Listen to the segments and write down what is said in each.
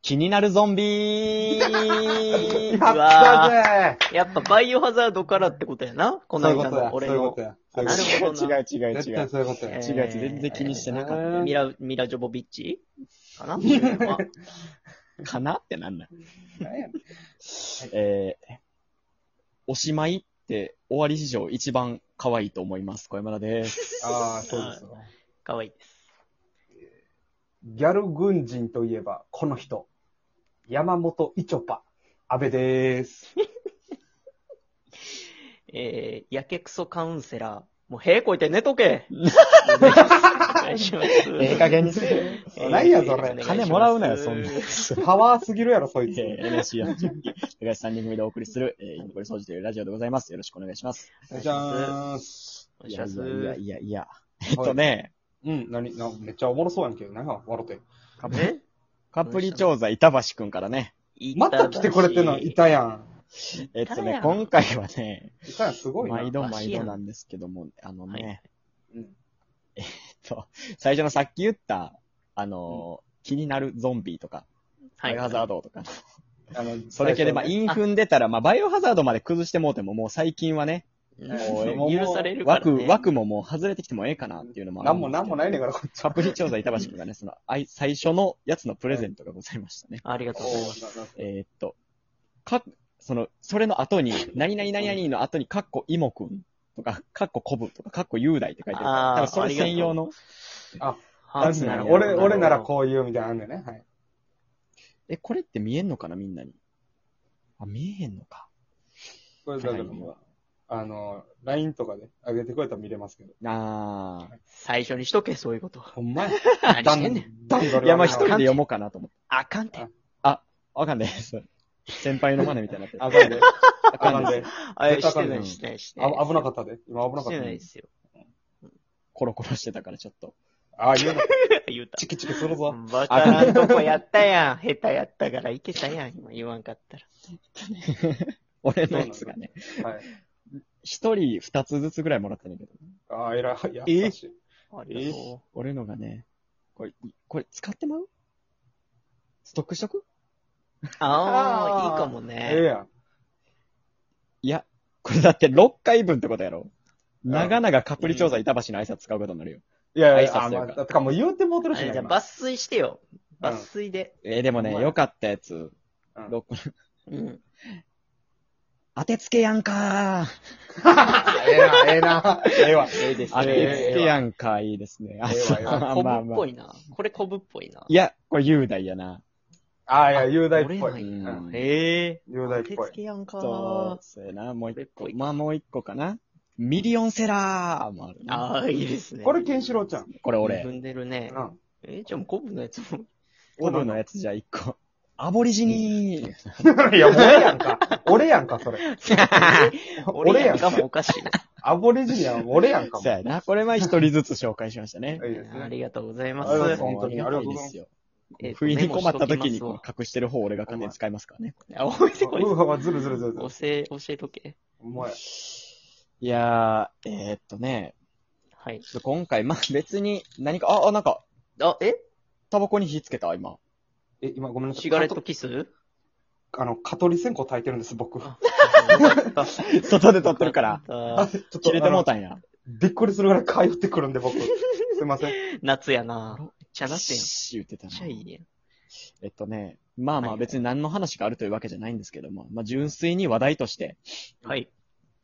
気になるゾンビや ったぜやっぱバイオハザードからってことやなこのそういうこ間とやの。そう俺いうのこと。や。違うなるほどな違う違う絶違対う。そういうことやえ。違うやつ全然気にしてなかった。えーミラ、ミラジョボビッチかなそれはかなってなんない。何やねんえー、おしまいって終わり史上一番可愛いと思います。小山田です。ああ、そうですよ。かわいいです。ギャル軍人といえば、この人。山本いちょぱ。安倍でーす。えー、やけくそカウンセラー。もう、へえこいて寝と けお願いします。ええ加減にせよ。何やそれお願いしま す金もらうなよ、そんな。パワーすぎるやろ、そいつ。えー、NSC の準備、東3人組でお送りする、えー、インコリ掃除というラジオでございます。よろしくお願いします。お願いします。お願いします。いやいやいやいや。えっとね、うん、なに、な、めっちゃおもろそうやんけど、なんか、笑って。えカプリ調査板橋くんからね。また来てくれてんの、いたやん。えっと誰ねや、今回はね、いたやん、すごいな。毎度毎橋や度んなんですけども、あのね、はいうんえっと、最初のさっき言った、あの、気になるゾンビとか、バはい。イオハザードとか、あの、それ系で、まあ、最初インフン出たら、まあ、バイオハザードまで崩してもうても、もう最近はね、うん もう許されるから、枠、ね。枠ももう外れてきてもええかなっていうの もあなるんも、なんもないねんから、こっちカプリ調査板橋くんがね、その、あい最初のやつのプレゼントがございましたね。ありがとうございます。は。えーっと、か、その、それの後に、何々何々の後に、かっこいもくんとか、かっここぶとか、かっこ雄大って書いてあるからあー多分それ専用の。はなんだろう俺、俺ならう。こういうみたいなのあんだよね。はい。え、これって見えんのかな、みんなに。あ、見えへんのか。これだからもう、あの、LINE とかで上げてくれたら見れますけど。あ最初にしとけ、そういうこと。ほんまや。何してんねん。だんだあ。んいや、まあ一人で読もうかなと思って。あかんて。わかんないです。先輩の真似みたいになってる。あかんで。あかんかんで。あ絶対してなあかんい、してない、してない。あ危なかったで。今危なしかってたないでで。すよ。 コロコロしてたからちょっと。ああ、言うな。言うたチ。キチキするぞ。バカなとこやったやん。下手やったからいけたやん。今言わんかったら。俺のやつがね、はい。一人二つずつぐらいもらったんだけど。ああ、えらい。え優しい。ありがと俺のがね、これ、これ使ってまうストックしとくう。ああ、あーいいかもええね。やん。いや、これだって6回分ってことやろ長々カプリ調査板橋の挨拶使うことになるよ。いやいや、挨あ拶というかまあてかもう言うてもうてるあしれね。じゃあ今抜粋してよ。抜粋で。えーでもね、うまい良かったやつ。うんろうん。当てつけやんかええな、ええな。ええわ。ええでーす当あれね。てつけやんかいいですね。あ、ええそうわええまわあコブまあっまぽあ。いな。これコブっぽいな。いや、これ雄大やな。ああ、いや、雄大っぽあい。う俺うんんええ。雄大っ手ぽつい。けやんかそう、そうやな。もうこれ一っぽ個。いまあもう一個かな。ミリオンセラーもあるな。ああ、いいですね。これ、ケンシロウちゃん。これ踏俺、んでるね。うん。え、じゃあもうコブのやつも。オブのやつじゃ一個。アボリジニー。 いや、もう俺やんか。 俺やんか、それ。俺俺ややんんかか。もおかしいな。アボリジニアは俺やんか そも。うやな。これは一人ずつ紹介しましたね。いいですあね。りがとうございまあす。りがとうございますもう本当にありがとうございますよ。えっと不意に困った時にメモしとき隠してる方俺が勝手に使いますからね。ますわあ、置いてこい。うわ、ずるずるずるず教る。え、教えとけ。お前。いやー、えーっとね、はい。ちょっと今回、まあ別に何か、あ、あ、なんか、あ、えタバコに火つけた、今。え、今ごめんなさい。シガレットキスあの、蚊取り線香焚いてるんです、僕。ああ、外で撮ってるから、あ ちょっと、切れてもうあたんや。のびっくりするぐらい蚊寄ってくるんで、僕。すいません。夏やな。めっちゃ夏やん。めシー言ってたっちゃ。ないいやん。えっとね、まあまはあい別に何の話があるというわけじゃないんですけども、まあ純粋に話題として、はい。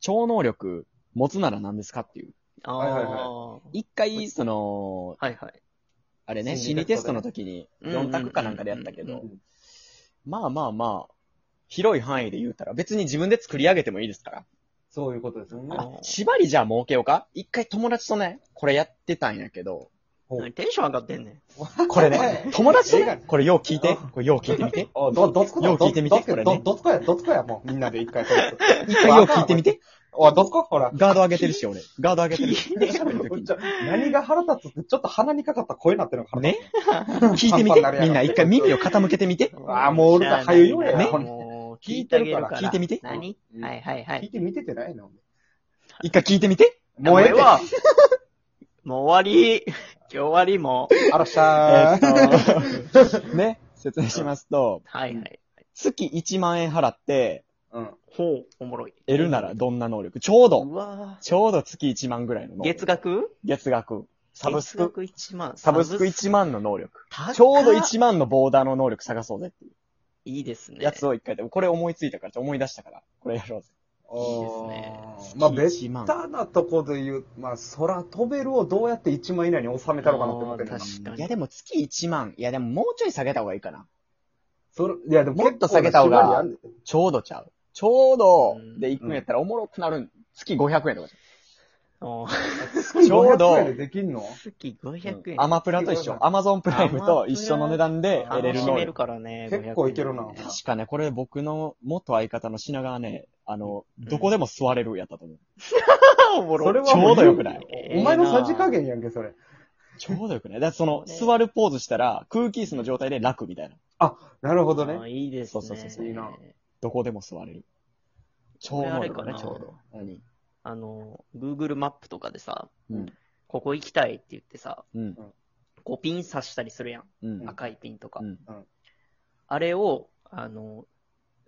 超能力持つなら何ですかっていう。あはいはいあ。一回、その、はいはい。あれね、心心理理テテスストトのね時にうん4択かなんかでやったけうんうどん、まあまあまあ、広い範囲で言うたら別に自分で作り上げてもいいですから。そういうことですよね。あ、縛りじゃあ儲けようか一回友達とね、これやってたんやけど、お何テンション上がってんねん。これね、友達と映画ね、これよう聞いて、これよう聞いてみ て。おど、どつこだよう聞いてみてどどつここれや、ねどどつこや、どつこや、もう、みんなで一回。こいつ一回よう聞いてみて。おい、どつこほら。ガード上げてるし、俺。ガード上げてるし。喋る時こっに ちは何が腹立つって、ちょっと鼻にかかった声になってるのかな。ね聞いてみパンて。パンになるやろみんな一回耳を傾けてみて。あーもう俺ら早早いよやねもう、聞いてあげるから。聞いてみて何うんはいはいは聞いい。てみててないの一回聞いてみて。もうええお前わ。は、もう終わり。今日終わりもう。あらっしえゃー。ーっとね。説明しますと、はいはい。月1万円払って、うん。ほう、おもろい。得るならどんな能力ちょうど、うわちょうど月1万ぐらいの能力。ー月額月額。サブス月ク。額1万。サブスク1万の能力。万ちょうど1万のボーダーの能力探そうぜっていいいですね。うやつを一回で、これ思いついたから、思い出したから、これやろうぜ。いいですねあーまあ、ベ月1万ッタなとこで言う、まあ、空飛べるをどうやって1万以内に収めたのかなって思ってるあー確かにいやでも月1万。いやでももうちょい下げた方がいいかな。それ、いや、でも結構もっと下げた方が縛りあんねんちょうどちゃう。ちょうどうんで行くんやったらおもろくなるん。月500円とかじおーちょうど500円でできんの月500ゃ円。ん。アマプラと一緒。アマゾンプライムと一緒の値段で得れ楽るし能める力。からね。500円結構いけるな確かね、これ僕の元相方の品川ね、あの、どこでも座れるやったと思う。おもろい。それはちもょうどよくないお前のさじ加減やんけ、それ。ちょうどよくないだからその、ね座るポーズしたら空気椅子の状態で楽みたいな。なるほちどね。いいですね。そうそうそういいなどこでも座れる。超これあ能れ力かねな、ちょうど。何あの、Google マップとかでさ、うんここ行きたいって言ってさ、うん。こうピン刺したりするやん。うん。赤いピンとか。うんあれを、あの、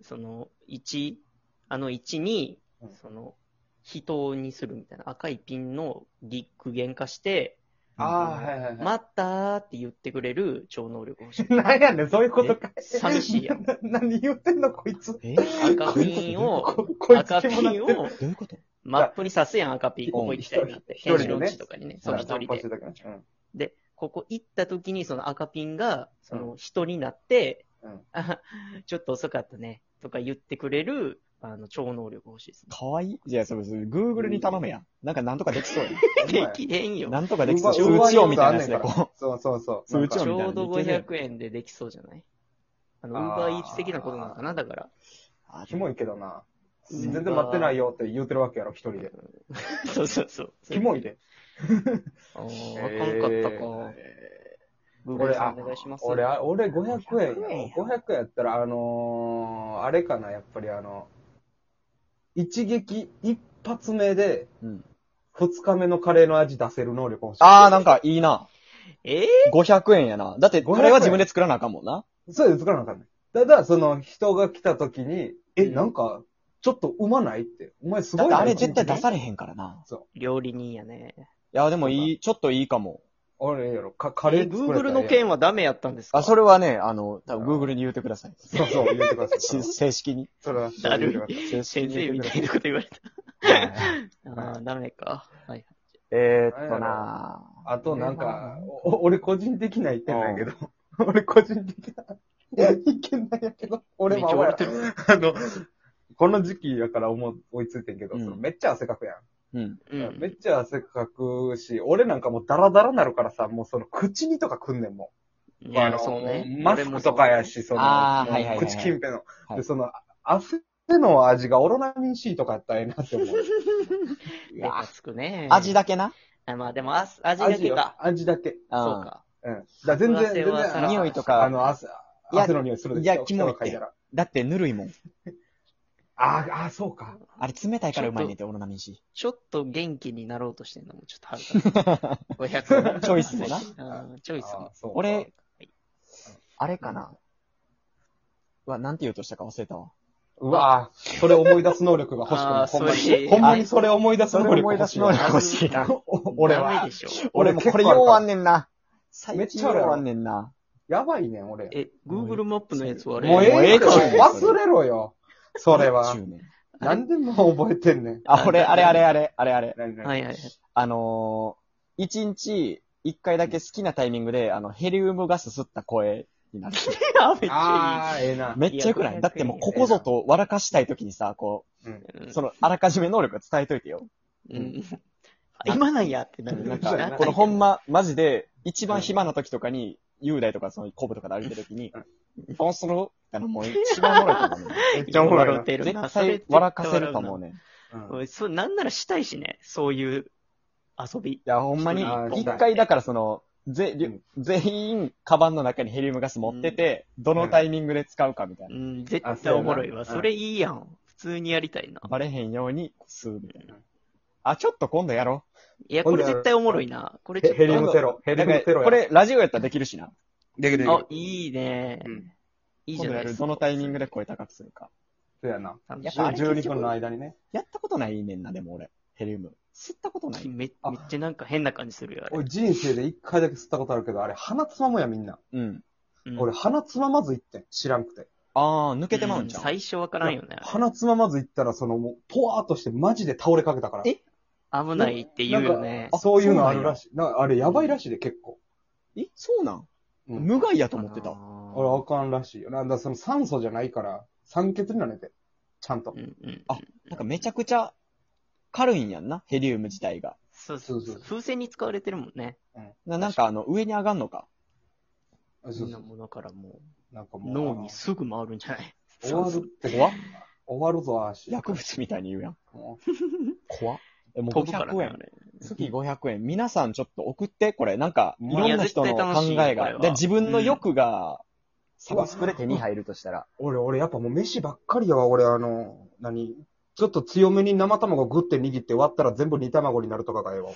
その、1、あの1にうん、その、人にするみたいな。赤いピンのぎ具現化して、ああー、はいはいはい。待ったーって言ってくれる超能力欲しい。なんやねん、そういうことか。寂しいやん。な 何言ってんの、こいつ。え赤ピンを、ここいつ赤ピンをどういうことマップに刺すやん、赤ピン。ここ行きたいなって。一編人集でねの地とかにね。そう、はい一人で。で、ここ行った時にその赤ピンが、その人になって、うんあ ちょっと遅かったね、とか言ってくれる、あの、超能力欲しいですね。かわいいじゃあ、それ、それ Google に頼めや。なんか、なんとかできそうや。できへんよ。なんとかできそう。うまい通知音みたいなやつで、うまいやつあんねんこそうそうそ通う。知ち音ょうどみたいなのいけ500円でできそうじゃないあの、ウーあバーーイーツ的なことなのかなだ から。う。キモいけどな。うん全然待ってないよって言うてるわけやろ、一人で。そうそうそう。キモいで。あーあかんかったか。グーグルさんお願いします。俺、あ俺500円500円やや。500円やったら、あのー、あれかな、やっぱりあの、一撃、一発目で、うん二日目のカレーの味出せる能力欲しい。あー、なんかいいな。えー500円やな。だって、これは自分で作らなあかんもんな。そうです、作らなあかんね。ただ、その、人が来た時に、え、うんなんか、ちょっとうまないって。お前すだごっいてなあれ絶対出いされへんからな。料理人やね。いや、でもいい、ちょっといいかも。あれやろ、かあカレれ、ーグ作ーれグたルらのええや件はダメやったんですかあ、それはね、あの、多分 Google に言ってください。んそうそう、言ってください。し正式に。それは、だるいそう言うてくださ正式先に言生ってくださいみたいなこと言われた。はい ああ、ダメか。はい。えーっとなあとなんか、お 俺個人的な意見なんやけど、 俺個人的な意見なんやけど、俺もあわめやっちゃ笑っあの、この時期やから思う追いついてんけど、うんそのめっちゃ汗かくや。うん。うんめん。っちゃ汗かくし、俺なんかもうダラダラなるからさ、もうその口にとかくんねんもいん。あの、マスクとかや。し、その、あーもうはいはいはいはい口近辺の。はいで、その、汗の味がオロナミン C とかやったらええなって思 う。い俺もそうねややっぱつくね。味。だけな。あまあでも、あ味だけよか。味だけ。んそう。か。うん。だから全然、汗全は然、さ匂いとあか、の、汗、いや汗の匂いするでしょいやキモいって人が嗅だらだってぬるいもん。あーあー、そうか。あれ冷たいからうまいねんて、オロナミン C。ちょっと元気になろうとしてんのもちょっとはるかな。500チョイスもなな。チョイスあもー、。そうか俺、あれかな。うわ、なんて言うとしたか忘れたわ。うわぁ、それ思い出す能力が欲しくあない。ーほんまそれに。ほんまにそれ思い出すそ能れ力思い出欲ししい能わ。力欲しいな。お俺ダメは。でしょ。俺もこれようあんねんな。め最っ近ちよゃあるうあんねんな。 やばいねん、俺。え、Google マップのやつはあれもうええよもうええから忘れろよ。それ は。 10年なんでもう覚えてんねん。あ、俺、あれあれあれ、あれあれ。何 何はいはい。あのー、一日一回だけ好きなタイミングで、あの、ヘリウムガス吸った声に なる。あ、めっちゃああ、ええな。めっちゃ良くないいやだってもうここぞと笑かしたい時にさ、こいい。う、その、あらかじめ能力伝えといてよ。うん、うん。あ今なんやってなる。なんそうやか、なこのほんま、マジで、一番暇な時とかに、雄大とかそのコブとかで歩いてる時に、このその、あの、もう一番おもろいと思うね。めっめちゃおもろい笑なっ。てるな。絶それ対笑かせると思うね。ね。うんうんそう、なんならしたいしね。そういう遊び。いや、ほんまにあー、一回だからその、ぜ、りゅ全員、カバンの中にヘリウムガス持ってて、どのタイミングで使うかみたいうな。ん、絶対おもろいわ。あそうやそなれいいやん。普通にやりたいな。バレへんように、吸うみたいな。あ、ちょっと今度やろいや、これ絶対おもろいな。これちょっヘとリウムテロ。ヘう。リなんかウムテロや。これ、ラジオやったらできるしな。できるできある。、いいねうん。いい今じゃ度なやいでるすどか。のタイミングで声高くするか。そうやな。楽やっしみぱあれ12個の間にね。やったことないねんな、でも俺。ヘリウム。吸ったことない。めめっちゃなんか変な感じするよ、あれ。俺人生で一回だけ吸ったことあるけど、あれ鼻つまむやみんな。うん。うん俺鼻つままず行ってん。知らんくて。あー、抜けてまうんじゃん。最初わからんよね。鼻つままず行ったら、そのもう、ぽわーっとしてマジで倒れかけたから。え危ないって言うよね。あそういうのあるらしい。なんかあれやばいらしいで結構。え、そうなん、うん。無害やと思ってた。あれあかんらしいよ。なんだその酸素じゃないから、酸欠になれて。ちゃんとう。んうん。あなんかめちゃくちゃ軽いんやんな、ヘリウム自体が。そうそうそそうそうう。風船に使われてるもんね。ななんかあの、上に上がんのか。あそそうんなそうものからもなんかう、もう。脳にすぐ回るんじゃない終わるって。怖っ終わるぞ、あーし。薬物みたいに言うやん。も怖っえ、もう飛ぶから500ね、あ円。れ。月500円。皆さんちょっと送って、これ。なんか、うんいろんな人のいや絶対考楽しいよえこれが。はで、自分の欲が、サブスクで手に入るとしたら。う俺、俺、やっぱもう飯ばっかりやわ、俺、あの、何ちょっと強めに生卵グッて握って割ったら全部煮卵になるとかがええわ。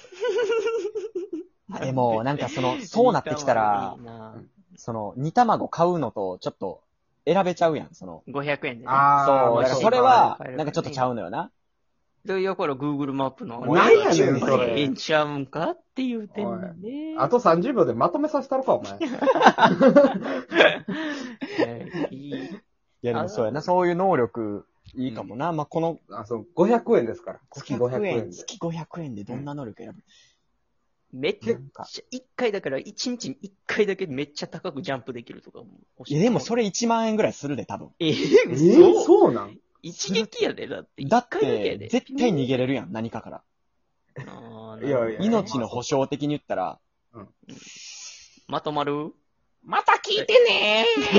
あでも、なんかそ の、そうなってきたらいい、なその、煮卵買うのと、ちょっと、選べちゃうやん、その。 500円でね。あーそう、だかまらそうそれは買える買え、るなんかちょっとちゃうのよな。どういうこれ Google マップの。なんやねこんそれれ。ええんちゃうんかっていう点ね。 あ、と30秒でまとめさせたろか、お前。いい。いや、でもそうやな、そういう能力、いいかもな。まあ、この、あ、そう、500円ですから。月500円で。月500円でどんな能力選ぶめっちゃ、一回だから、一日に一回だけめっちゃ高くジャンプできるとかも。いや、でもそれ1万円ぐらいするで、多分。えええー、嘘そうなん一撃やで、だって。だっ一回だけやてで、絶対逃げれるやん、何かから。あーいやいや命の保証的に言ったら、まとまるまた聞いてねー